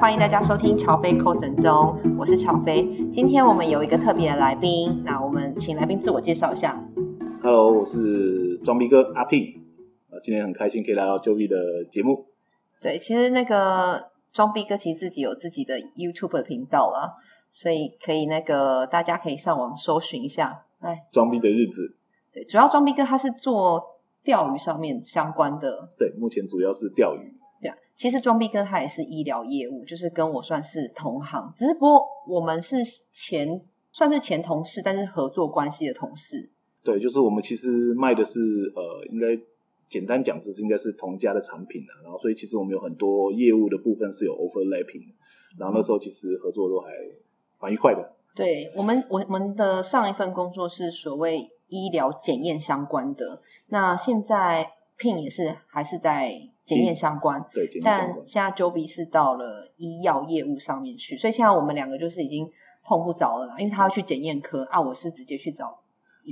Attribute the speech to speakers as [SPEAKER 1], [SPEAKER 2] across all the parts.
[SPEAKER 1] 欢迎大家收听乔飞扣诊中，我是乔飞。今天我们有一个特别的来宾，那我们请来宾自我介绍一下。
[SPEAKER 2] Hello，我是装逼哥阿聘，呃，今天很开心可以来到 Joey 的节目。
[SPEAKER 1] 对，其实那个装逼哥其实自己有自己的 YouTube 频道啦，所以可以那个大家可以上网搜寻一下。哎，
[SPEAKER 2] 装逼的日子，
[SPEAKER 1] 对，主要装逼哥他是做钓鱼上面相关的，
[SPEAKER 2] 对，目前主要是钓鱼。
[SPEAKER 1] 对啊。其实装逼哥他也是医疗业务，就是跟我算是同行，只是不过我们是前算是前同事，但是合作关系的同事。
[SPEAKER 2] 对，就是我们其实卖的是呃，应该简单讲，就是应该是同家的产品啊。然后，所以其实我们有很多业务的部分是有 overlapping 的。然后那时候其实合作都还蛮愉快的。
[SPEAKER 1] 对我们，我们的上一份工作是所谓医疗检验相关的，那现在 PIN 也是还是在检验相关，
[SPEAKER 2] 对，简单嗯相
[SPEAKER 1] 但
[SPEAKER 2] 关。
[SPEAKER 1] 现在 Joby 是到了医药业务上面去，所以现在我们两个就是已经碰不着了啦，因为他要去检验科啊，我是直接去找，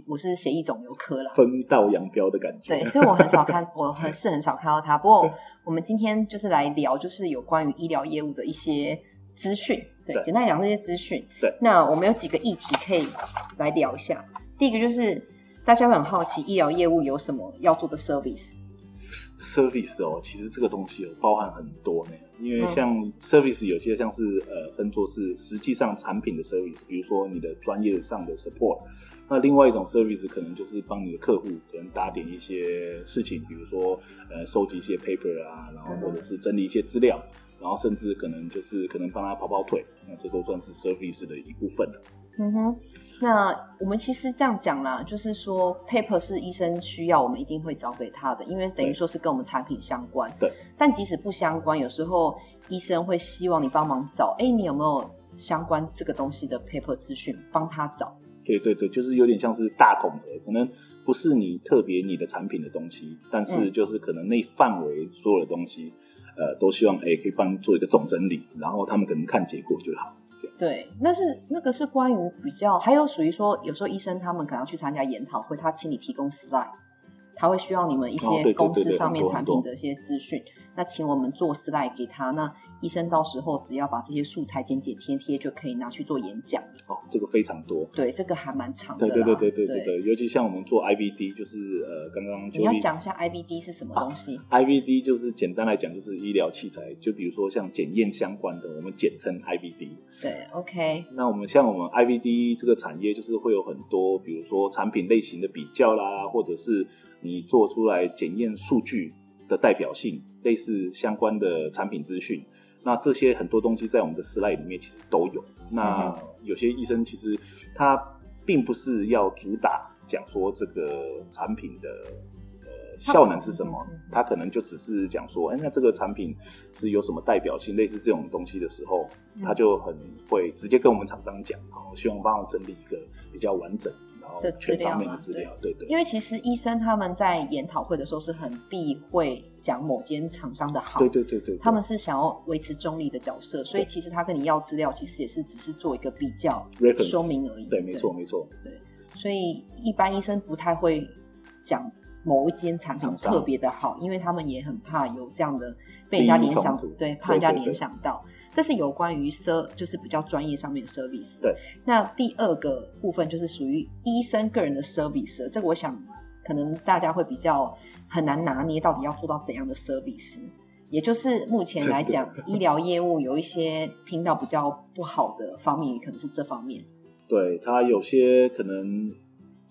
[SPEAKER 1] 我是血液肿瘤科啦。
[SPEAKER 2] 分道扬镳的感觉。
[SPEAKER 1] 对，所以我很少看，我很是很少看到他。不过我们今天就是来聊，就是有关于医疗业务的一些资讯。对，
[SPEAKER 2] 对
[SPEAKER 1] 简单讲这些资讯。
[SPEAKER 2] 对，
[SPEAKER 1] 那我们有几个议题可以来聊一下。第一个就是大家会很好奇，医疗业务有什么要做的 service？
[SPEAKER 2] service 哦，其实这个东西有包含很多呢，因为
[SPEAKER 1] 嗯
[SPEAKER 2] 像 service 有些像是呃分作是实际上产品的 service，比如说你的专业上的 support，那另外一种 service 可能就是帮你的客户可能打点一些事情，比如说呃收集一些 paper 啊，然后
[SPEAKER 1] 嗯
[SPEAKER 2] 或者是整理一些资料，然后甚至可能就是可能帮他跑跑腿，那这都算是 service 的一部分了。
[SPEAKER 1] 嗯哼。那我们其实这样讲啦，就是说 paper 是医生需要，我们一定会找给他的，因为等于
[SPEAKER 2] 对
[SPEAKER 1] 说是跟我们产品相关。
[SPEAKER 2] 对。
[SPEAKER 1] 但即使不相关，有时候医生会希望你帮忙找，哎，你有没有相关这个东西的 paper 资讯？帮他找。
[SPEAKER 2] 对对对，就是有点像是大统合，可能不是你特别你的产品的东西，但是
[SPEAKER 1] 嗯
[SPEAKER 2] 就是可能那范围所有的东西，呃，都希望哎可以帮你做一个总整理，然后他们可能看结果就好。这样
[SPEAKER 1] 对，那是那个是关于比较，还有属于说，有时候医生他们可能要去参加研讨会，他请你提供 slide，他会需要你们一
[SPEAKER 2] 哦对
[SPEAKER 1] 些
[SPEAKER 2] 对
[SPEAKER 1] 公
[SPEAKER 2] 对
[SPEAKER 1] 司
[SPEAKER 2] 对
[SPEAKER 1] 上
[SPEAKER 2] 很
[SPEAKER 1] 面
[SPEAKER 2] 多
[SPEAKER 1] 产
[SPEAKER 2] 很
[SPEAKER 1] 品
[SPEAKER 2] 多
[SPEAKER 1] 的一些资讯，那请我们做 slide 给他，那医生到时候只要把这些素材剪剪贴贴就可以拿去做演讲。
[SPEAKER 2] 哦，这个非常多。
[SPEAKER 1] 对，这个还蛮长的
[SPEAKER 2] 对
[SPEAKER 1] 啦。
[SPEAKER 2] 对对对对
[SPEAKER 1] 对
[SPEAKER 2] 对对，尤其像我们做 IVD，就是呃，刚刚
[SPEAKER 1] 你要
[SPEAKER 2] Joey
[SPEAKER 1] 讲一下 IBD 是什么东西？
[SPEAKER 2] IVD 就是简单来讲就是医疗器材，就比如说像检验相关的，我们简称 IVD。
[SPEAKER 1] 对，OK，
[SPEAKER 2] 那我们像我们 IVD 这个产业，就是会有很多，比如说产品类型的比较啦，或者是你做出来检验数据的代表性，类似相关的产品资讯。那这些很多东西在我们的 slide 里面其实都有。那有些医生其实他并不是要主打讲说这个产品的呃
[SPEAKER 1] 他
[SPEAKER 2] 效能是什么
[SPEAKER 1] 嗯嗯嗯，
[SPEAKER 2] 他可能就只是讲说，哎、那这个产品是有什么代表性，类似这种东西的时候，
[SPEAKER 1] 嗯
[SPEAKER 2] 他就很会直接跟我们厂商讲，然后希望帮我整理一个比较完整，然后
[SPEAKER 1] 的资
[SPEAKER 2] 全
[SPEAKER 1] 料
[SPEAKER 2] 方面的
[SPEAKER 1] 嘛
[SPEAKER 2] 资
[SPEAKER 1] 对
[SPEAKER 2] 料，对对
[SPEAKER 1] 因为其实医生他们在研讨会的时候是很避讳讲某间厂商的好，
[SPEAKER 2] 对对对对，
[SPEAKER 1] 他们是想要维持中立的角色，所以
[SPEAKER 2] 对
[SPEAKER 1] 其实他跟你要资料，其实也是只是做一个比较
[SPEAKER 2] reference
[SPEAKER 1] 说明而已。
[SPEAKER 2] 对，没错没错，
[SPEAKER 1] 所以一般医生不太会讲某一间产品
[SPEAKER 2] 厂商
[SPEAKER 1] 特别的好，因为他们也很怕有这样的被人家
[SPEAKER 2] 利益
[SPEAKER 1] 联想
[SPEAKER 2] 冲突，
[SPEAKER 1] 对，怕人家
[SPEAKER 2] 对对对
[SPEAKER 1] 联想到。这是有关于 ser 就是比较专业上面的 service。
[SPEAKER 2] 对，
[SPEAKER 1] 那第二个部分就是属于医生个人的 service，了这个我想可能大家会比较很难拿捏到底要做到怎样的 service。也就是目前来 讲，医疗业务有一些听到比较不好的方面，可能是这方面。
[SPEAKER 2] 对他有些可能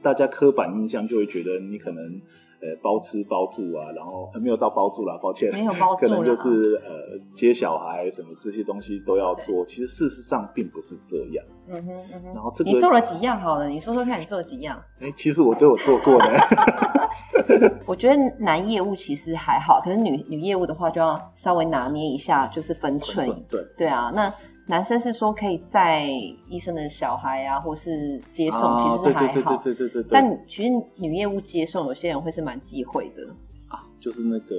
[SPEAKER 2] 大家刻板印象就会觉得你可能呃包吃包住啊，然后、呃没有到包住啦，抱歉，
[SPEAKER 1] 没有包住
[SPEAKER 2] 可
[SPEAKER 1] 啦
[SPEAKER 2] 能就是呃接小孩什么这些东西都要做，其实事实上并不是这样。
[SPEAKER 1] 嗯哼，嗯哼
[SPEAKER 2] 然。后这个
[SPEAKER 1] 你做了几样好了？你说说看你做了几样？
[SPEAKER 2] 哎、其实我都有做过的。
[SPEAKER 1] 我觉得男业务其实还好，可是女女业务的话就要稍微拿捏一下，就是分寸。
[SPEAKER 2] 对，
[SPEAKER 1] 对啊，那男生是说可以载医生的小孩啊，或是接送，其实是还
[SPEAKER 2] 啊、对对
[SPEAKER 1] 好。
[SPEAKER 2] 对对对对对，
[SPEAKER 1] 但其实女业务接送，有些人会是蛮忌讳的。
[SPEAKER 2] 就是那个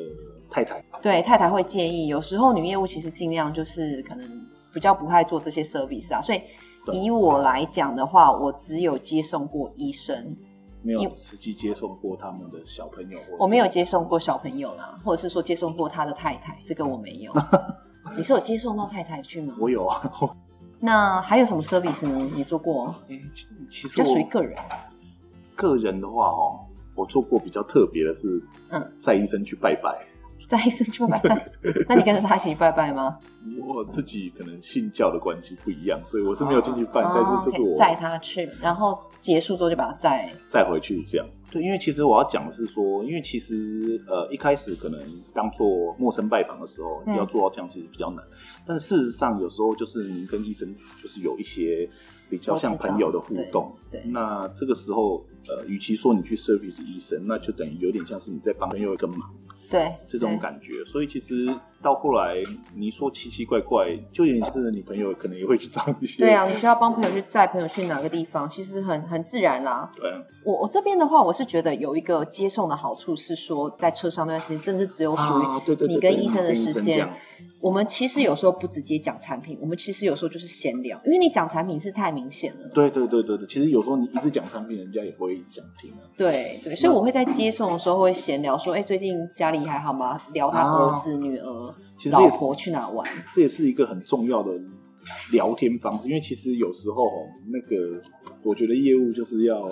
[SPEAKER 2] 太太，
[SPEAKER 1] 对，太太会建议，有时候女业务其实尽量就是可能比较不爱做这些 service 啊，所以。
[SPEAKER 2] 对
[SPEAKER 1] 以我来讲的话，我只有接送过医生，
[SPEAKER 2] 没
[SPEAKER 1] 因
[SPEAKER 2] 有实际接送过他们的小朋友或者，
[SPEAKER 1] 我没有接送过小朋友啦，或者是说接送过他的太太，这个我没有。你是有接送到太太去吗？
[SPEAKER 2] 我有啊，
[SPEAKER 1] 那还有什么 service 呢？你做过？
[SPEAKER 2] 诶其其实
[SPEAKER 1] 就
[SPEAKER 2] 我
[SPEAKER 1] 嗯属于个人，
[SPEAKER 2] 个人的话哦，我做过比较特别的是，
[SPEAKER 1] 嗯，
[SPEAKER 2] 在医生去拜拜。
[SPEAKER 1] 在医生去拜拜。 那你跟着他一起拜拜吗？
[SPEAKER 2] 我自己可能信教的关系不一样，所以我是没有进去拜，但
[SPEAKER 1] 哦
[SPEAKER 2] 是这是
[SPEAKER 1] 可以
[SPEAKER 2] 我
[SPEAKER 1] 载他去，然后结束之后就把他载。
[SPEAKER 2] 再回去这样。对，因为其实我要讲的是说，因为其实呃一开始可能当做陌生拜访的时候，
[SPEAKER 1] 嗯
[SPEAKER 2] 要做到这样其实比较难。但事实上，有时候就是你跟医生就是有一些比较像朋友的互动。
[SPEAKER 1] 对，
[SPEAKER 2] 那这个时候，呃，与其说你去 service 医生，那就等于有点像是你在帮朋友一个忙
[SPEAKER 1] 对，
[SPEAKER 2] 这种
[SPEAKER 1] 对
[SPEAKER 2] 感觉。所以其实到后来，你说奇奇怪怪，就有点像是你朋友可能也会去找一些
[SPEAKER 1] 对啊，你需要帮朋友去载朋友去哪个地方，其实很很自然啦。
[SPEAKER 2] 对啊，
[SPEAKER 1] 我我这边的话，我是觉得有一个接送的好处是说，在车上那段时间，真的是只有属于
[SPEAKER 2] 啊对对对
[SPEAKER 1] 你跟医生的时
[SPEAKER 2] 跟医生这
[SPEAKER 1] 间
[SPEAKER 2] 样。
[SPEAKER 1] 我们其实有时候不直接讲产品，我们其实有时候就是闲聊，因为你讲产品是太明显了。
[SPEAKER 2] 对对对对对，其实有时候你一直讲产品，人家也不会一直想听啊。
[SPEAKER 1] 对对，所以我会在接送的时候会闲聊说，哎，最近家里还好吗？聊他
[SPEAKER 2] 啊
[SPEAKER 1] 儿子、女儿、
[SPEAKER 2] 其实
[SPEAKER 1] 老
[SPEAKER 2] 也是
[SPEAKER 1] 婆去哪玩。
[SPEAKER 2] 这也是一个很重要的聊天方式，因为其实有时候哦那个，我觉得业务就是要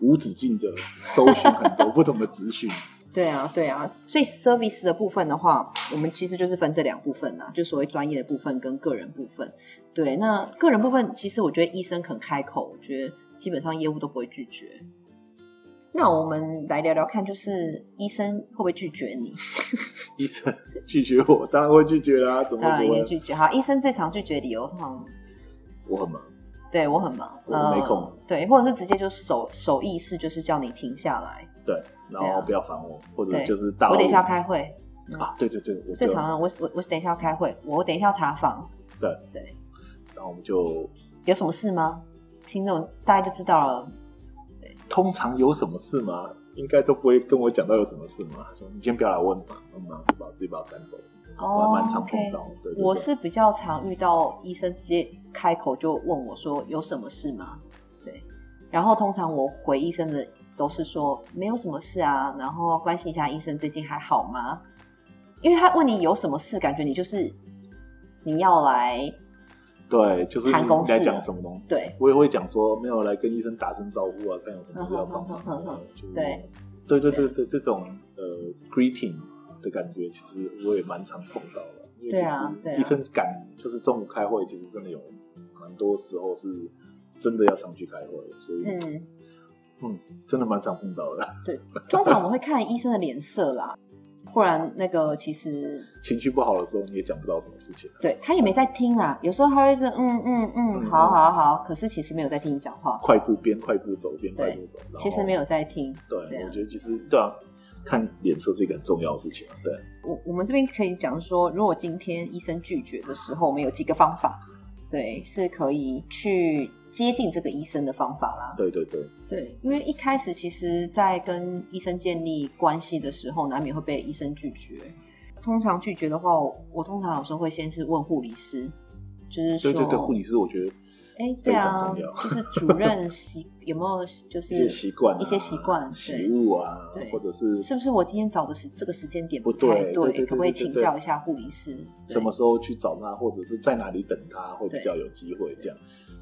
[SPEAKER 2] 无止境的搜寻很多不同的资讯。
[SPEAKER 1] 对啊，对啊，所以 service 的部分的话，我们其实就是分这两部分啦，就所谓专业的部分跟个人部分。对，那个人部分，其实我觉得医生肯开口，我觉得基本上业务都不会拒绝。那我们来聊聊看，就是医生会不会拒绝你？
[SPEAKER 2] 医生拒绝我，当然会拒绝啦、怎么
[SPEAKER 1] 当然一
[SPEAKER 2] 会
[SPEAKER 1] 定
[SPEAKER 2] 不会？
[SPEAKER 1] 拒绝。好，医生最常拒绝的理由，通常
[SPEAKER 2] 我很忙，
[SPEAKER 1] 对我很忙，
[SPEAKER 2] 我没空
[SPEAKER 1] 呃，对，或者是直接就手手意识，就是叫你停下来，
[SPEAKER 2] 对，然
[SPEAKER 1] 对啊
[SPEAKER 2] 后不要烦我，或者
[SPEAKER 1] 对
[SPEAKER 2] 就是大
[SPEAKER 1] 我等一下要
[SPEAKER 2] 老
[SPEAKER 1] 开会。
[SPEAKER 2] 虎啊，对对对，我
[SPEAKER 1] 最
[SPEAKER 2] 就
[SPEAKER 1] 常我我我等一下要开会，我等一下要查房，
[SPEAKER 2] 然后我们就
[SPEAKER 1] 有什么事吗？听众大概就知道了。
[SPEAKER 2] 通常有什么事吗？应该都不会跟我讲到有什么事嘛。说你今天不要来问嘛，很忙，就把自己把我赶走。我还蛮常碰到
[SPEAKER 1] 哦 OK
[SPEAKER 2] 对对对
[SPEAKER 1] 我是比较常遇到医生直接开口就问我说有什么事吗？对，然后通常我回医生的都是说没有什么事啊，然后关心一下医生最近还好吗？因为他问你有什么事，感觉你就是你要来
[SPEAKER 2] 对，就是
[SPEAKER 1] 谈
[SPEAKER 2] 你
[SPEAKER 1] 公
[SPEAKER 2] 在
[SPEAKER 1] 事
[SPEAKER 2] 讲
[SPEAKER 1] 了
[SPEAKER 2] 什么东西。
[SPEAKER 1] 对
[SPEAKER 2] 我也会讲说没有来跟医生打声招呼啊，看有什么事要帮忙
[SPEAKER 1] 嗯嗯嗯
[SPEAKER 2] 啊
[SPEAKER 1] 嗯。
[SPEAKER 2] 就是
[SPEAKER 1] 对，
[SPEAKER 2] 对对对对，这种呃 greeting 的感觉，其实我也蛮常碰到的。因为
[SPEAKER 1] 对啊
[SPEAKER 2] 其实
[SPEAKER 1] 对啊
[SPEAKER 2] 医生赶就是中午开会，其实真的有蛮多时候是真的要上去开会，所以
[SPEAKER 1] 嗯。
[SPEAKER 2] 真的蛮常碰到的。
[SPEAKER 1] 通常我们会看医生的脸色啦，不然那个其实
[SPEAKER 2] 情绪不好的时候，你也讲不到什么事情啊。
[SPEAKER 1] 对他也没在听啊。有时候他会是嗯嗯嗯，
[SPEAKER 2] 嗯
[SPEAKER 1] 好好好，可是其实没有在听你讲话，
[SPEAKER 2] 快步边快步走边
[SPEAKER 1] 对
[SPEAKER 2] 快步走，然后
[SPEAKER 1] 其实没有在听。
[SPEAKER 2] 对，
[SPEAKER 1] 对啊
[SPEAKER 2] 我觉得其实对啊，看脸色是一个很重要的事情啊。对，
[SPEAKER 1] 我我们这边可以讲说，如果今天医生拒绝的时候，我们有几个方法，对，是可以去接近这个医生的方法啦。
[SPEAKER 2] 对对对，
[SPEAKER 1] 对，因为一开始其实，在跟医生建立关系的时候，难免会被医生拒绝。通常拒绝的话，我我通常有时候会先是问护理师，就是哦说，
[SPEAKER 2] 对对对，护理师我觉得
[SPEAKER 1] 哎，对
[SPEAKER 2] 非常
[SPEAKER 1] 啊
[SPEAKER 2] 重要，
[SPEAKER 1] 就是主任习有没有就
[SPEAKER 2] 一些
[SPEAKER 1] 是
[SPEAKER 2] 习惯啊、
[SPEAKER 1] 一些习惯，
[SPEAKER 2] 习
[SPEAKER 1] 对，
[SPEAKER 2] 物啊
[SPEAKER 1] 对，
[SPEAKER 2] 或者是
[SPEAKER 1] 是不是我今天找的时这个时间点
[SPEAKER 2] 不对
[SPEAKER 1] 太
[SPEAKER 2] 对对对
[SPEAKER 1] 可不可以
[SPEAKER 2] 对对
[SPEAKER 1] 请
[SPEAKER 2] 对
[SPEAKER 1] 教一下护理师？对
[SPEAKER 2] 什么？时候去找他，或者是在哪里等他，会比
[SPEAKER 1] 对
[SPEAKER 2] 较有机会这样。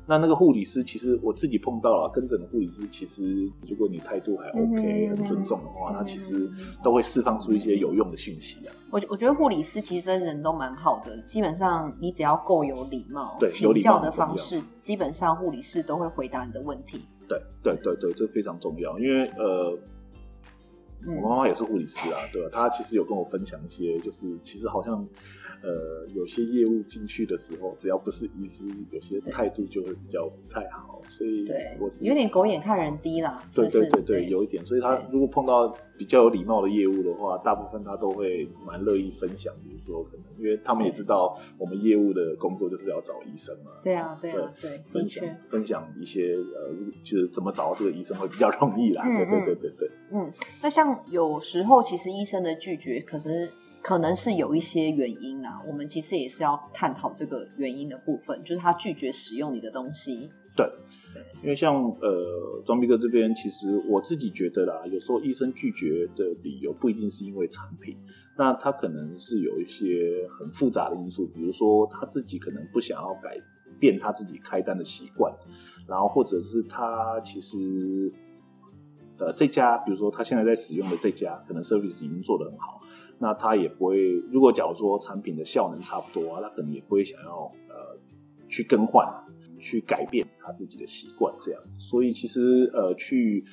[SPEAKER 2] 那那个护理师，其实我自己碰到了跟诊的护理师，其实如果你态度还
[SPEAKER 1] 嗯
[SPEAKER 2] OK、
[SPEAKER 1] 嗯
[SPEAKER 2] 很尊重的话，
[SPEAKER 1] 嗯
[SPEAKER 2] 他其实都会释放出一些有用的讯息啊。
[SPEAKER 1] 我觉我觉得护理师其实真人都蛮好的，基本上你只要够有礼貌，
[SPEAKER 2] 对有
[SPEAKER 1] 请
[SPEAKER 2] 礼貌
[SPEAKER 1] 教的
[SPEAKER 2] 很重
[SPEAKER 1] 方
[SPEAKER 2] 要
[SPEAKER 1] 式，基本上护理师都会回答你的问题。
[SPEAKER 2] 对对对对，这非常重要，因为呃，
[SPEAKER 1] 嗯
[SPEAKER 2] 我妈妈也是护理师啊，对吧、她其实有跟我分享一些，就是其实好像，呃，有些业务进去的时候，只要不是医师，有些态度就会比较不太好，所以
[SPEAKER 1] 对
[SPEAKER 2] 我，是
[SPEAKER 1] 有点狗眼看人低啦，是
[SPEAKER 2] 对
[SPEAKER 1] 不是？
[SPEAKER 2] 对对对，有一点，所以她
[SPEAKER 1] 对
[SPEAKER 2] 如果碰到比较有礼貌的业务的话，大部分她都会蛮乐意分享，比如说可能因为他们也知道我们业务的工作就是要找医生嘛，
[SPEAKER 1] 对啊，对啊，对，的
[SPEAKER 2] 分享
[SPEAKER 1] 确，
[SPEAKER 2] 分享一些呃，如就是怎么找到这个医生会比较容易啦。
[SPEAKER 1] 嗯
[SPEAKER 2] 对
[SPEAKER 1] 嗯
[SPEAKER 2] 对对对对，
[SPEAKER 1] 嗯，那像有时候其实医生的拒绝，可是可能是有一些原因啦，我们其实也是要探讨这个原因的部分，就是他拒绝使用你的东西。
[SPEAKER 2] 因为像呃，装逼哥这边，其实我自己觉得啦，有时候医生拒绝的理由不一定是因为产品，那他可能是有一些很复杂的因素，比如说他自己可能不想要改变他自己开单的习惯，然后或者是他其实呃这家，比如说他现在在使用的这家，可能 service 已经做得很好。那他也不会，如果假如说产品的效能差不多啊，他可能也不会想要呃去更换、去改变他自己的习惯这样。所以其实呃去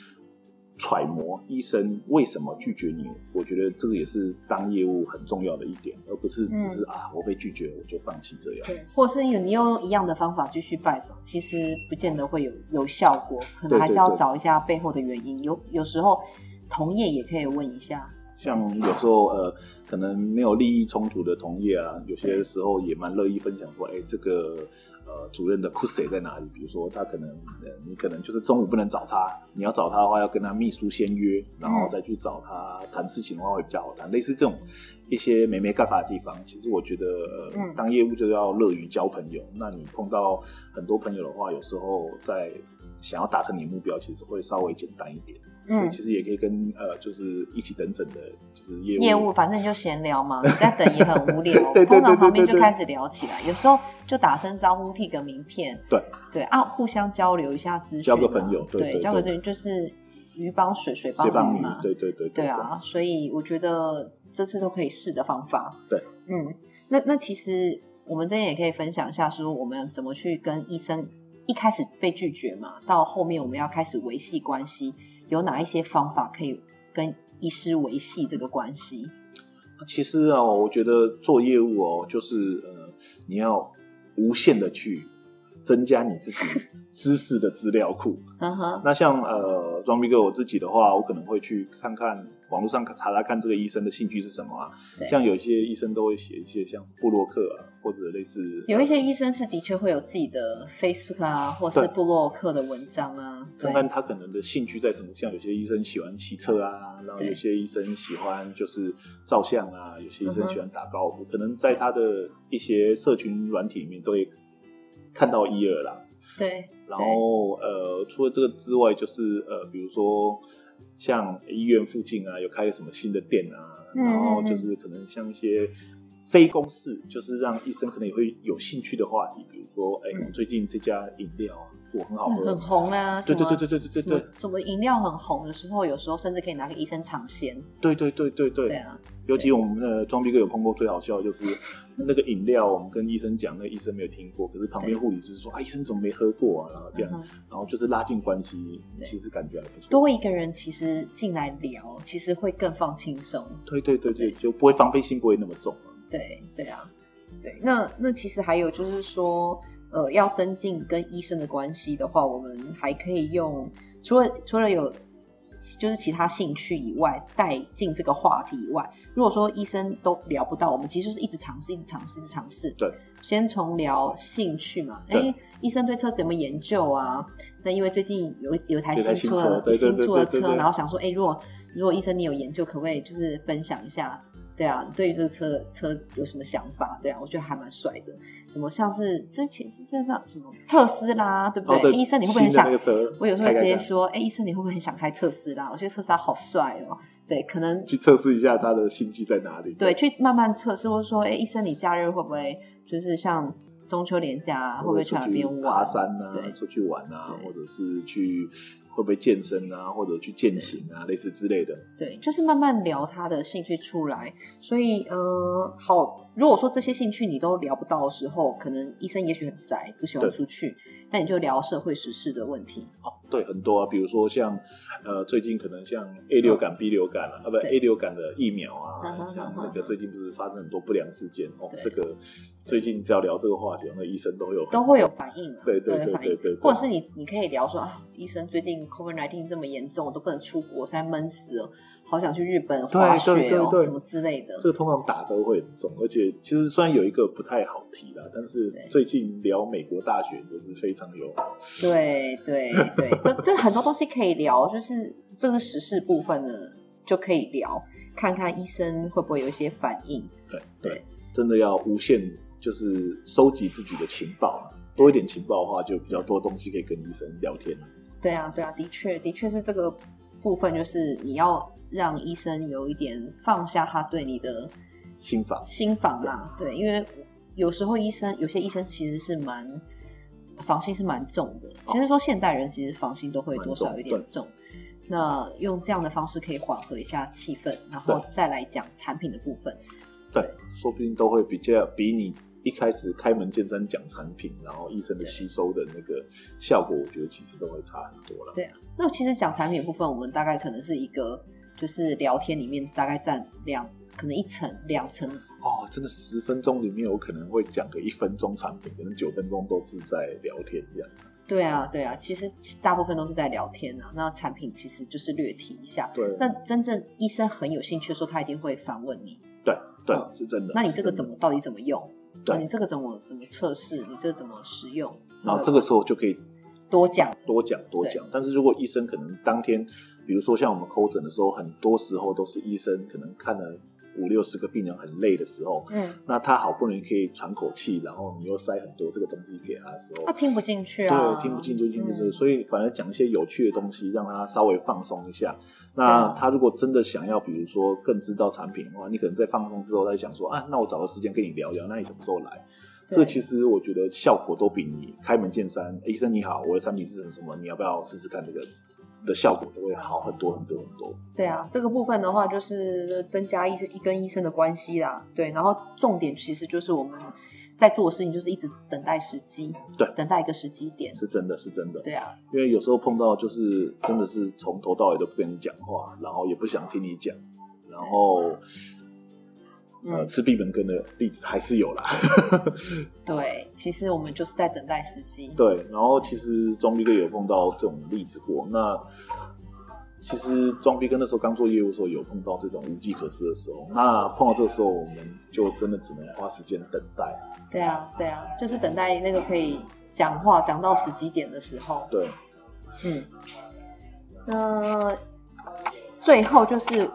[SPEAKER 2] 揣摩医生为什么拒绝你，我觉得这个也是当业务很重要的一点，而不是只是、啊我被拒绝我就放弃这样。
[SPEAKER 1] 对，或是有你用一样的方法继续拜访，其实不见得会有有效果，可
[SPEAKER 2] 对
[SPEAKER 1] 能
[SPEAKER 2] 对
[SPEAKER 1] 还是要
[SPEAKER 2] 对
[SPEAKER 1] 找一下背后的原因。有有时候同业也可以问一下，
[SPEAKER 2] 像有时候呃，可能没有利益冲突的同业啊，有些时候也蛮乐意分享说，哎、这个呃主任的 c u s 在哪里？比如说他可能呃，你可能就是中午不能找他，你要找他的话，要跟他秘书先约，然后再去找他谈事情的话会比较好谈。类似这种一些没没干法的地方，其实我觉得、呃
[SPEAKER 1] 嗯
[SPEAKER 2] 当业务就要乐于交朋友。那你碰到很多朋友的话，有时候在想要达成你的目标，其实会稍微简单一点。
[SPEAKER 1] 嗯，
[SPEAKER 2] 其实也可以跟呃，就是一起等整的，就是业务。
[SPEAKER 1] 业务，反正你就闲聊嘛，你在等也很无聊
[SPEAKER 2] 对对对对
[SPEAKER 1] 通常旁边
[SPEAKER 2] 对对
[SPEAKER 1] 就开始聊起来，有时候就打声招呼，递个名片，
[SPEAKER 2] 对
[SPEAKER 1] 对啊，互相交流一下资讯嘛，
[SPEAKER 2] 交个朋友对
[SPEAKER 1] 对，
[SPEAKER 2] 对
[SPEAKER 1] 交个
[SPEAKER 2] 对
[SPEAKER 1] 朋友就是鱼帮水，水
[SPEAKER 2] 接
[SPEAKER 1] 帮
[SPEAKER 2] 棒
[SPEAKER 1] 鱼
[SPEAKER 2] 女
[SPEAKER 1] 嘛，，
[SPEAKER 2] 对对对
[SPEAKER 1] 对，啊，所以我觉得这次都可以试的方法。
[SPEAKER 2] 对，
[SPEAKER 1] 嗯，那那其实我们这边也可以分享一下，说我们怎么去跟医生一开始被拒绝嘛，到后面我们要开始维系关系，有哪一些方法可以跟医师维系这个关系？
[SPEAKER 2] 其实啊，我觉得做业务哦，就是呃，你要无限的去增加你自己知识的资料 库。
[SPEAKER 1] 嗯哼，
[SPEAKER 2] 那像呃，装逼哥我自己的话，我可能会去看看网络上查查看这个医生的兴趣是什么啊
[SPEAKER 1] 对。
[SPEAKER 2] 像有些医生都会写一些像布洛克啊，或者类似
[SPEAKER 1] 有一些医生是的确会有自己的 Facebook 啊，或是
[SPEAKER 2] 对
[SPEAKER 1] 部落客的文章啊，
[SPEAKER 2] 看
[SPEAKER 1] 对，
[SPEAKER 2] 看他可能的兴趣在什么，像有些医生喜欢骑车啊，然后
[SPEAKER 1] 对
[SPEAKER 2] 有些医生喜欢就是照相啊，有些医
[SPEAKER 1] 嗯
[SPEAKER 2] 生
[SPEAKER 1] 哼
[SPEAKER 2] 喜欢打高尔夫，可能在他的一些社群软体里面都会看到一二啦。
[SPEAKER 1] 对，
[SPEAKER 2] 然后呃，除了这个之外，就是呃，比如说像医院附近啊，有开什么新的店啊，
[SPEAKER 1] 嗯
[SPEAKER 2] 然后
[SPEAKER 1] 嗯嗯
[SPEAKER 2] 就是可能像一些非公式，就是让医生可能也会有兴趣的话题，比如说哎，
[SPEAKER 1] 嗯
[SPEAKER 2] 我最近这家饮料啊，我很好
[SPEAKER 1] 嗯
[SPEAKER 2] 喝，
[SPEAKER 1] 很红啊，什
[SPEAKER 2] 对
[SPEAKER 1] 么
[SPEAKER 2] 对对对对对对
[SPEAKER 1] 什么
[SPEAKER 2] 对
[SPEAKER 1] 什么饮料很红的时候，有时候甚至可以拿给医生尝鲜，
[SPEAKER 2] 对对对对对，
[SPEAKER 1] 对啊，
[SPEAKER 2] 尤其我们呃装逼哥有碰过最好笑的 就是那个饮料，我们跟医生讲，那个医生没有听过，可是旁边护理师说啊，医生怎么没喝过啊？然后这样，
[SPEAKER 1] 嗯哼
[SPEAKER 2] 然后就是拉近关系，
[SPEAKER 1] 对
[SPEAKER 2] 其实感觉还不错。
[SPEAKER 1] 多一个人其实进来聊，其实会更放轻松。
[SPEAKER 2] 对对对对，就不会防备心不会那么重啊。
[SPEAKER 1] 对对啊，对。那那其实还有就是说，呃，要增进跟医生的关系的话，我们还可以用除了除了有就是其他兴趣以外，带进这个话题以外，如果说医生都聊不到，我们其实就是一直尝试，一直尝试，一直尝试。
[SPEAKER 2] 对，
[SPEAKER 1] 先从聊兴趣嘛，
[SPEAKER 2] 对
[SPEAKER 1] 哎，医生对车怎么研究啊？那因为最近有有一台
[SPEAKER 2] 有一
[SPEAKER 1] 新
[SPEAKER 2] 台新
[SPEAKER 1] 出
[SPEAKER 2] 车对
[SPEAKER 1] 的
[SPEAKER 2] 对
[SPEAKER 1] 新
[SPEAKER 2] 对
[SPEAKER 1] 出
[SPEAKER 2] 对
[SPEAKER 1] 的
[SPEAKER 2] 对
[SPEAKER 1] 车，
[SPEAKER 2] 对
[SPEAKER 1] 然后想说，哎，如果如果医生你有研究，可不可以就是分享一下？对啊，你对于这个车车有什么想法？对啊，我觉得还蛮帅的。什么像是之前是身上什么特斯拉，对不
[SPEAKER 2] 然
[SPEAKER 1] 对？哎
[SPEAKER 2] 后哦对
[SPEAKER 1] 医生你会不会很
[SPEAKER 2] 新的
[SPEAKER 1] 想
[SPEAKER 2] 那个车？
[SPEAKER 1] 我有时候会
[SPEAKER 2] 开
[SPEAKER 1] 直
[SPEAKER 2] 开
[SPEAKER 1] 接
[SPEAKER 2] 开
[SPEAKER 1] 说，哎、医生，你会不会很想开特斯拉？我觉得特斯拉好帅哦。对，可能
[SPEAKER 2] 去测试一下他的兴趣在哪里。
[SPEAKER 1] 对，去慢慢测试，或者说，哎、医生，你假日会不会就是像中秋连假、啊，会不会去
[SPEAKER 2] 出
[SPEAKER 1] 海
[SPEAKER 2] 去
[SPEAKER 1] 边
[SPEAKER 2] 爬
[SPEAKER 1] 玩？
[SPEAKER 2] 山啊
[SPEAKER 1] 对，
[SPEAKER 2] 出去玩啊，
[SPEAKER 1] 对
[SPEAKER 2] 或者是去会不会健身啊，或者去健行啊，类似之类的。
[SPEAKER 1] 对，就是慢慢聊他的兴趣出来。所以，呃，好，如果说这些兴趣你都聊不到的时候，可能医生也许很宅，不喜欢
[SPEAKER 2] 对
[SPEAKER 1] 出去，那你就聊社会时事的问题。
[SPEAKER 2] 对，很多啊，比如说像呃，最近可能像 A 流感、B 流感啊，啊不
[SPEAKER 1] 嗯对
[SPEAKER 2] A 流感的疫苗
[SPEAKER 1] 嗯
[SPEAKER 2] 啊
[SPEAKER 1] 哼，
[SPEAKER 2] 像
[SPEAKER 1] 嗯哼
[SPEAKER 2] 那个最近不是发生很多不良事件哦
[SPEAKER 1] 对，
[SPEAKER 2] 这个最近只要聊这个话题，那医生都会有
[SPEAKER 1] 都会有反应啊，
[SPEAKER 2] 对对
[SPEAKER 1] 都
[SPEAKER 2] 对
[SPEAKER 1] 会反应
[SPEAKER 2] 对对对
[SPEAKER 1] 或者是你你可以聊说啊，医生最近 COVID 1 9这么严重，我都不能出国，我现在闷死了，好想去日本
[SPEAKER 2] 对
[SPEAKER 1] 滑雪哦，
[SPEAKER 2] 对对对
[SPEAKER 1] 什么之类的。
[SPEAKER 2] 这个通常打都会很重，而且其实虽然有一个不太好提啦，但是
[SPEAKER 1] 对
[SPEAKER 2] 最近聊美国大选都是非常有
[SPEAKER 1] 对 对对，这这很多东西可以聊，就是这个时事部分呢就可以聊，看看医生会不会有一些反应。
[SPEAKER 2] 对
[SPEAKER 1] 对，
[SPEAKER 2] 真的要无限就是收集自己的情报啊，多一点情报的话，就比较多东西可以跟医生聊天了。
[SPEAKER 1] 对啊，对啊，的确，的确是这个部分，就是你要让医生有一点放下他对你的
[SPEAKER 2] 心法，
[SPEAKER 1] 心防啦。对，因为有时候医生，有些医生其实是蛮防心是蛮重的。其实说现代人其实防心都会多少有点
[SPEAKER 2] 蛮
[SPEAKER 1] 重。那用这样的方式可以缓和一下气氛，然后再来讲产品的部分。
[SPEAKER 2] 对，说不定都会比较比你一开始开门见山讲产品，然后医生的吸收的那个效果，我觉得其实都会差很多了。
[SPEAKER 1] 对啊，那其实讲产品的部分，我们大概可能是一个就是聊天里面大概占两，可能一层两层。
[SPEAKER 2] 哦，真的十分钟里面，我可能会讲个一分钟产品，可能九分钟都是在聊天这样。
[SPEAKER 1] 对啊，对啊，其实大部分都是在聊天啊。那产品其实就是略提一下。
[SPEAKER 2] 对，
[SPEAKER 1] 那真正医生很有兴趣的时候，他一定会反问你，
[SPEAKER 2] 对对、
[SPEAKER 1] 嗯
[SPEAKER 2] 是真的。
[SPEAKER 1] 那你这个怎
[SPEAKER 2] 么？
[SPEAKER 1] 么到底怎么用？
[SPEAKER 2] 对
[SPEAKER 1] 啊你这个怎么怎么测试？你这个怎么使用？
[SPEAKER 2] 然哦后这个时候就可以
[SPEAKER 1] 多讲，
[SPEAKER 2] 多讲多讲。但是如果医生可能当天，比如说像我们抠诊的时候，很多时候都是医生可能看了五六十个病人很累的时候，
[SPEAKER 1] 嗯，
[SPEAKER 2] 那他好不容易可以喘口气，然后你又塞很多这个东西给他的时候，
[SPEAKER 1] 他听不进去啊，
[SPEAKER 2] 对，听不进就听不进，
[SPEAKER 1] 嗯
[SPEAKER 2] 所以反而讲一些有趣的东西，让他稍微放松一下。
[SPEAKER 1] 对
[SPEAKER 2] 那
[SPEAKER 1] 啊
[SPEAKER 2] 他如果真的想要，比如说更知道产品的话，你可能在放松之后，他就想说啊，那我找个时间跟你聊聊，那你什么时候来？这
[SPEAKER 1] 对
[SPEAKER 2] 个其实我觉得效果都比你开门见山，诶医生你好，我的产品是什么什么，你要不要试试看这个的效果都会好很多很多很多。
[SPEAKER 1] 对啊，这个部分的话就是增加医生一跟医生的关系啦，对，然后重点其实就是我们在做的事情就是一直等待时机，
[SPEAKER 2] 对
[SPEAKER 1] 等待一个时机点，
[SPEAKER 2] 是真的，是真的。
[SPEAKER 1] 对啊，
[SPEAKER 2] 因为有时候碰到就是真的是从头到尾都不跟你讲话，然后也不想听你讲，然后呃
[SPEAKER 1] 嗯，
[SPEAKER 2] 吃闭门羹的例子还是有啦。
[SPEAKER 1] 对，其实我们就是在等待时机，
[SPEAKER 2] 对，然后其实装逼哥有碰到这种例子过。那其实装逼哥那时候刚做业务的时候有碰到这种无计可施的时候，那碰到这个时候我们就真的只能花时间等待。
[SPEAKER 1] 对啊，对啊，就是等待那个可以讲话讲到时机点的时候，
[SPEAKER 2] 对，
[SPEAKER 1] 嗯，那最后就是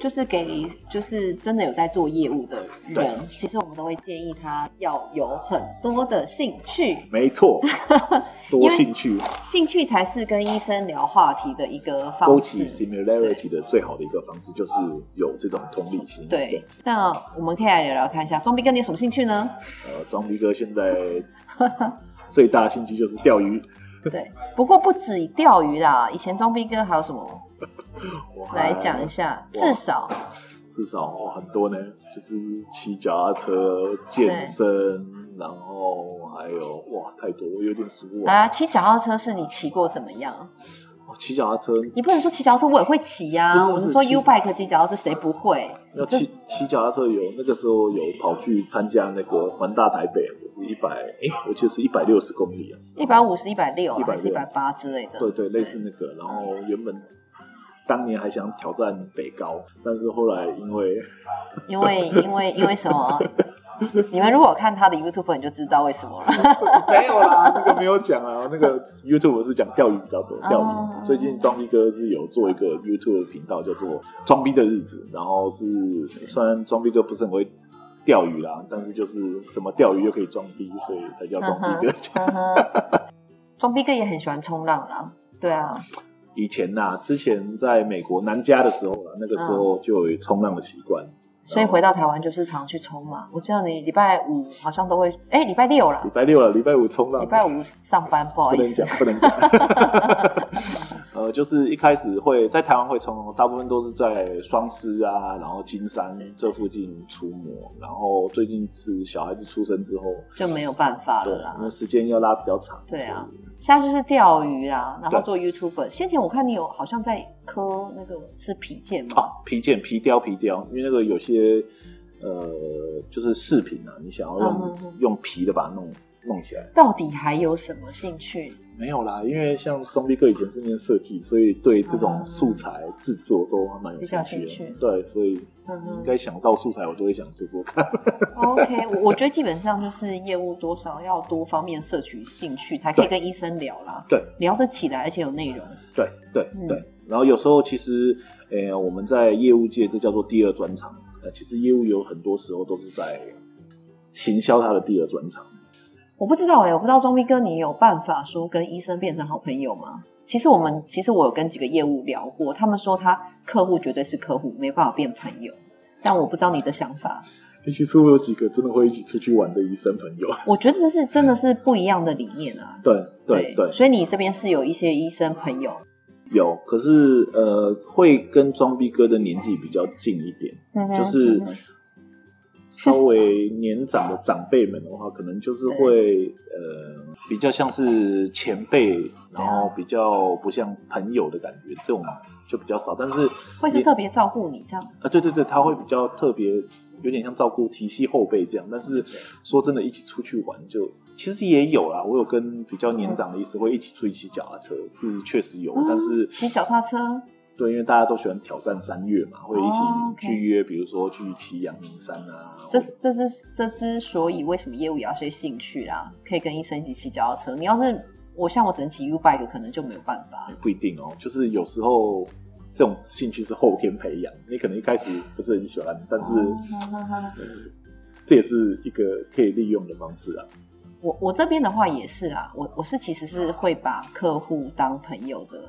[SPEAKER 1] 就是给就是真的有在做业务的
[SPEAKER 2] 对
[SPEAKER 1] 人，其实我们都会建议他要有很多的兴趣，
[SPEAKER 2] 没错，
[SPEAKER 1] 因
[SPEAKER 2] 多
[SPEAKER 1] 为
[SPEAKER 2] 兴趣
[SPEAKER 1] 兴趣才是跟医生聊话题的一个
[SPEAKER 2] 勾
[SPEAKER 1] 方
[SPEAKER 2] 起
[SPEAKER 1] 式。
[SPEAKER 2] similarity 的最好的一个方式就是有这种同理心。
[SPEAKER 1] 对，那我们可以来聊聊看一下，装逼哥你有什么兴趣 呢？
[SPEAKER 2] 呃，张逼哥现在最大的兴趣就是钓鱼，
[SPEAKER 1] 对，不过不止钓鱼啦，以前装逼哥还有什么
[SPEAKER 2] 我 还
[SPEAKER 1] 来讲一，下？至少
[SPEAKER 2] 至少、哦、很多呢，就是骑脚踏车、健身，然后还有哇，太多，我有点数不完。
[SPEAKER 1] 啊，骑脚踏车是你骑过怎么样？
[SPEAKER 2] 哦骑脚、踏车，
[SPEAKER 1] 你不能说骑脚踏车我也会骑呀、
[SPEAKER 2] 不是不
[SPEAKER 1] 我
[SPEAKER 2] 是
[SPEAKER 1] 是说
[SPEAKER 2] 骑
[SPEAKER 1] U bike 骑脚踏车谁不会？
[SPEAKER 2] 要骑 骑脚踏车有那个时候有跑去参加那个环大台北，我是一百，哎，我记得是一百六十公里啊，
[SPEAKER 1] 一百五十、一百六啊
[SPEAKER 2] 160
[SPEAKER 1] 还是一百八之类的？
[SPEAKER 2] 对对，类似那个。然后原本当年还想挑战北高，但是后来因为
[SPEAKER 1] 因为因为因为什么？ 你们如果有看他的 YouTube，你就知道为什么了。
[SPEAKER 2] 没有啦，那个没有讲啊，那个 YouTube 是讲钓鱼比较多，钓
[SPEAKER 1] 哦
[SPEAKER 2] 鱼。最近装逼哥是有做一个 YouTube 频道，叫做“装逼的日子”，然后是虽然装逼哥不是很会钓鱼啦，但是就是怎么钓鱼又可以装逼，所以才叫装逼哥。
[SPEAKER 1] 嗯哼 装逼哥也很喜欢冲浪啦，对啊，
[SPEAKER 2] 以前呐、之前在美国南加的时候啊啦，那个时候
[SPEAKER 1] 嗯
[SPEAKER 2] 就有冲浪的习惯，
[SPEAKER 1] 所以回到台湾就是常去冲嘛。我知道你礼拜五好像都会，哎、礼拜六啦
[SPEAKER 2] 礼，拜六了，啊礼拜五冲浪，
[SPEAKER 1] 礼拜五上班，不好
[SPEAKER 2] 不
[SPEAKER 1] 意
[SPEAKER 2] 能
[SPEAKER 1] 思
[SPEAKER 2] 讲，，不能 讲。呃，就是一开始会在台湾会冲，大部分都是在双狮啊，然后金山这附近出没。然后最近是小孩子出生之后，
[SPEAKER 1] 就没有办法
[SPEAKER 2] 对
[SPEAKER 1] 了啦，
[SPEAKER 2] 因为。时间要拉比较长。
[SPEAKER 1] 对啊
[SPEAKER 2] 所以，
[SPEAKER 1] 现在就是钓鱼啊，然后
[SPEAKER 2] 对
[SPEAKER 1] 做 YouTuber。先前我看你有好像在磕那个是皮件嘛，
[SPEAKER 2] 啊，皮件、皮雕、皮雕，因为那个有些呃，就是饰品啊，你想要用、
[SPEAKER 1] 嗯嗯嗯
[SPEAKER 2] 用皮的把它弄弄起来。
[SPEAKER 1] 到底还有什么兴趣？
[SPEAKER 2] 没有啦，因为像装逼哥以前是念设计，所以对这种
[SPEAKER 1] 嗯
[SPEAKER 2] 素材制作都还蛮有
[SPEAKER 1] 比较
[SPEAKER 2] 兴
[SPEAKER 1] 兴
[SPEAKER 2] 趣的。
[SPEAKER 1] 趣
[SPEAKER 2] 对，所以
[SPEAKER 1] 嗯
[SPEAKER 2] 应
[SPEAKER 1] 哼
[SPEAKER 2] 该想到素材，我都会想做做看。
[SPEAKER 1] ，OK，我我觉得基本上就是业务多少要多方面摄取兴趣，才可以
[SPEAKER 2] 对
[SPEAKER 1] 跟医生聊啦，
[SPEAKER 2] 对，
[SPEAKER 1] 聊得起来，而且有内容。
[SPEAKER 2] 对对
[SPEAKER 1] 嗯
[SPEAKER 2] 对。然后有时候其实，呃，我们在业务界这叫做第二专场。呃，其实业务有很多时候都是在行销它的第二专场。
[SPEAKER 1] 我不知道哎、我不知道钟斌哥，你有办法说跟医生变成好朋友吗？其实我们其实我有跟几个业务聊过，他们说他客户绝对是客户，没办法变朋友。但我不知道你的想法，
[SPEAKER 3] 欸其实我有几个真的会一起出去玩的医生朋友，
[SPEAKER 1] 我觉得这是真的是不一样的理念啊。
[SPEAKER 3] 对，
[SPEAKER 2] 对对，
[SPEAKER 1] 所以你这边是有一些医生朋友，
[SPEAKER 2] 有，可是呃，会跟装逼哥的年纪比较近一点，
[SPEAKER 1] 嗯哼
[SPEAKER 2] 就是
[SPEAKER 1] 嗯哼
[SPEAKER 2] 稍微年长的长辈们的话，可能就是会呃比较像是前辈，然后比较不像朋友的感觉，这种就比较少。但是
[SPEAKER 1] 会是特别照顾你这样。
[SPEAKER 2] 啊，对对对，他会比较特别，有点像照顾提系后辈这样。但是说真的，一起出去玩就其实也有啦，我有跟比较年长的医师会一起出去骑脚
[SPEAKER 1] 嗯
[SPEAKER 2] 踏车，是确实有，但是
[SPEAKER 1] 哦骑脚踏车，
[SPEAKER 2] 对，因为大家都喜欢挑战山岳嘛，会一起
[SPEAKER 1] 哦，OK
[SPEAKER 2] 去约，比如说去骑阳明山啊。
[SPEAKER 1] 这这之这之所以为什么业务也要些兴趣啦，可以跟医生一起骑脚踏车。你要是我像我只能骑 U bike，可能就没有办法
[SPEAKER 2] 也。不一定哦，就是有时候这种兴趣是后天培养，你可能一开始不是很喜欢，但是、
[SPEAKER 1] 哦
[SPEAKER 2] 这也是一个可以利用的方式啊。
[SPEAKER 1] 我我这边的话也是啊，我我是其实是会把客户当朋友的，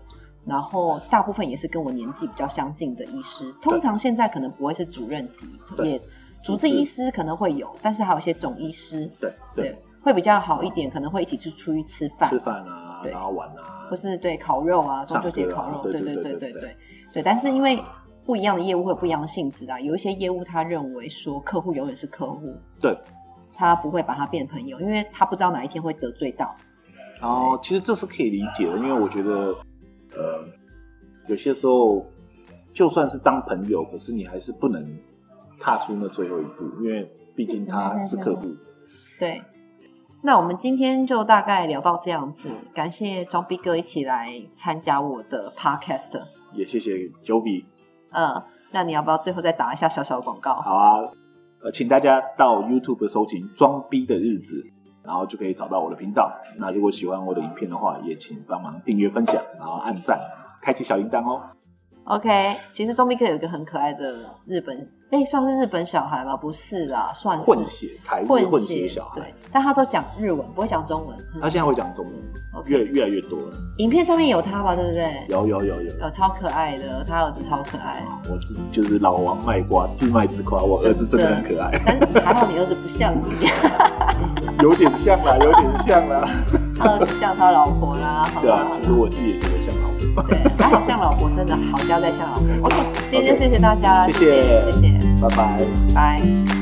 [SPEAKER 1] 然后大部分也是跟我年纪比较相近的医师，通常现在可能不会是主任级，
[SPEAKER 2] 对
[SPEAKER 1] 也主治医师可能会有，但是还有一些总医师，
[SPEAKER 2] 对
[SPEAKER 1] 对，会比较好一点，可能会一起去出去吃饭
[SPEAKER 2] 吃，饭啊，
[SPEAKER 1] 对
[SPEAKER 2] 然后玩啊
[SPEAKER 1] 或，是对烤肉啊，中秋节烤肉，
[SPEAKER 2] 唱歌啊
[SPEAKER 1] 对对
[SPEAKER 2] 对
[SPEAKER 1] 对
[SPEAKER 2] 对
[SPEAKER 1] 对
[SPEAKER 2] 对
[SPEAKER 1] 对对。但是因为不一样的业务会有不一样的性质啦，啊有一些业务他认为说客户永远是客户，
[SPEAKER 2] 对，
[SPEAKER 1] 他不会把他变朋友，因为他不知道哪一天会得罪到。
[SPEAKER 2] 然后哦其实这是可以理解的，因为我觉得，呃，有些时候就算是当朋友，可是你还是不能踏出那最后一步，因为毕竟他是客户。
[SPEAKER 1] 对，那我们今天就大概聊到这样子，感谢装逼哥一起来参加我的 podcast，
[SPEAKER 2] 也谢谢 Jovi，
[SPEAKER 1] 嗯，那你要不要最后再打一下小小的广告？
[SPEAKER 2] 好啊，呃，请大家到 YouTube 搜寻“装逼的日子”，然后就可以找到我的频道。那如果喜欢我的影片的话，也请帮忙订阅、分享，然后按赞，开启小铃铛哦。
[SPEAKER 1] OK，其实钟斌哥有一个很可爱的日本，哎、算是日本小孩吗？不是啦，算是
[SPEAKER 2] 混血台日
[SPEAKER 1] 混
[SPEAKER 2] 混血小孩
[SPEAKER 1] 对，，但他都讲日文，不会讲中文。嗯
[SPEAKER 2] 他现在会讲中文，越
[SPEAKER 1] OK，
[SPEAKER 2] 越来越多了。
[SPEAKER 1] 影片上面有他吧，对不对？
[SPEAKER 2] 有有有有。
[SPEAKER 1] 有超可爱的，他儿子超可爱，
[SPEAKER 2] 我自己就是老王卖瓜，自卖自夸。我儿子真的很可爱，
[SPEAKER 1] 但是还好你儿子不像你，
[SPEAKER 2] 有点像啦，有点像啦。
[SPEAKER 1] 他儿子像他老婆啦，好
[SPEAKER 2] 对
[SPEAKER 1] 吧
[SPEAKER 2] 啊，
[SPEAKER 1] 好
[SPEAKER 2] 其实
[SPEAKER 1] 吧，
[SPEAKER 2] 我自己也觉得像老王。
[SPEAKER 1] 对，还好像老婆，真的好家再像老婆。OK，今天就谢谢大家啦，
[SPEAKER 2] 谢谢
[SPEAKER 1] 谢谢，谢谢
[SPEAKER 2] 拜拜。
[SPEAKER 1] 拜。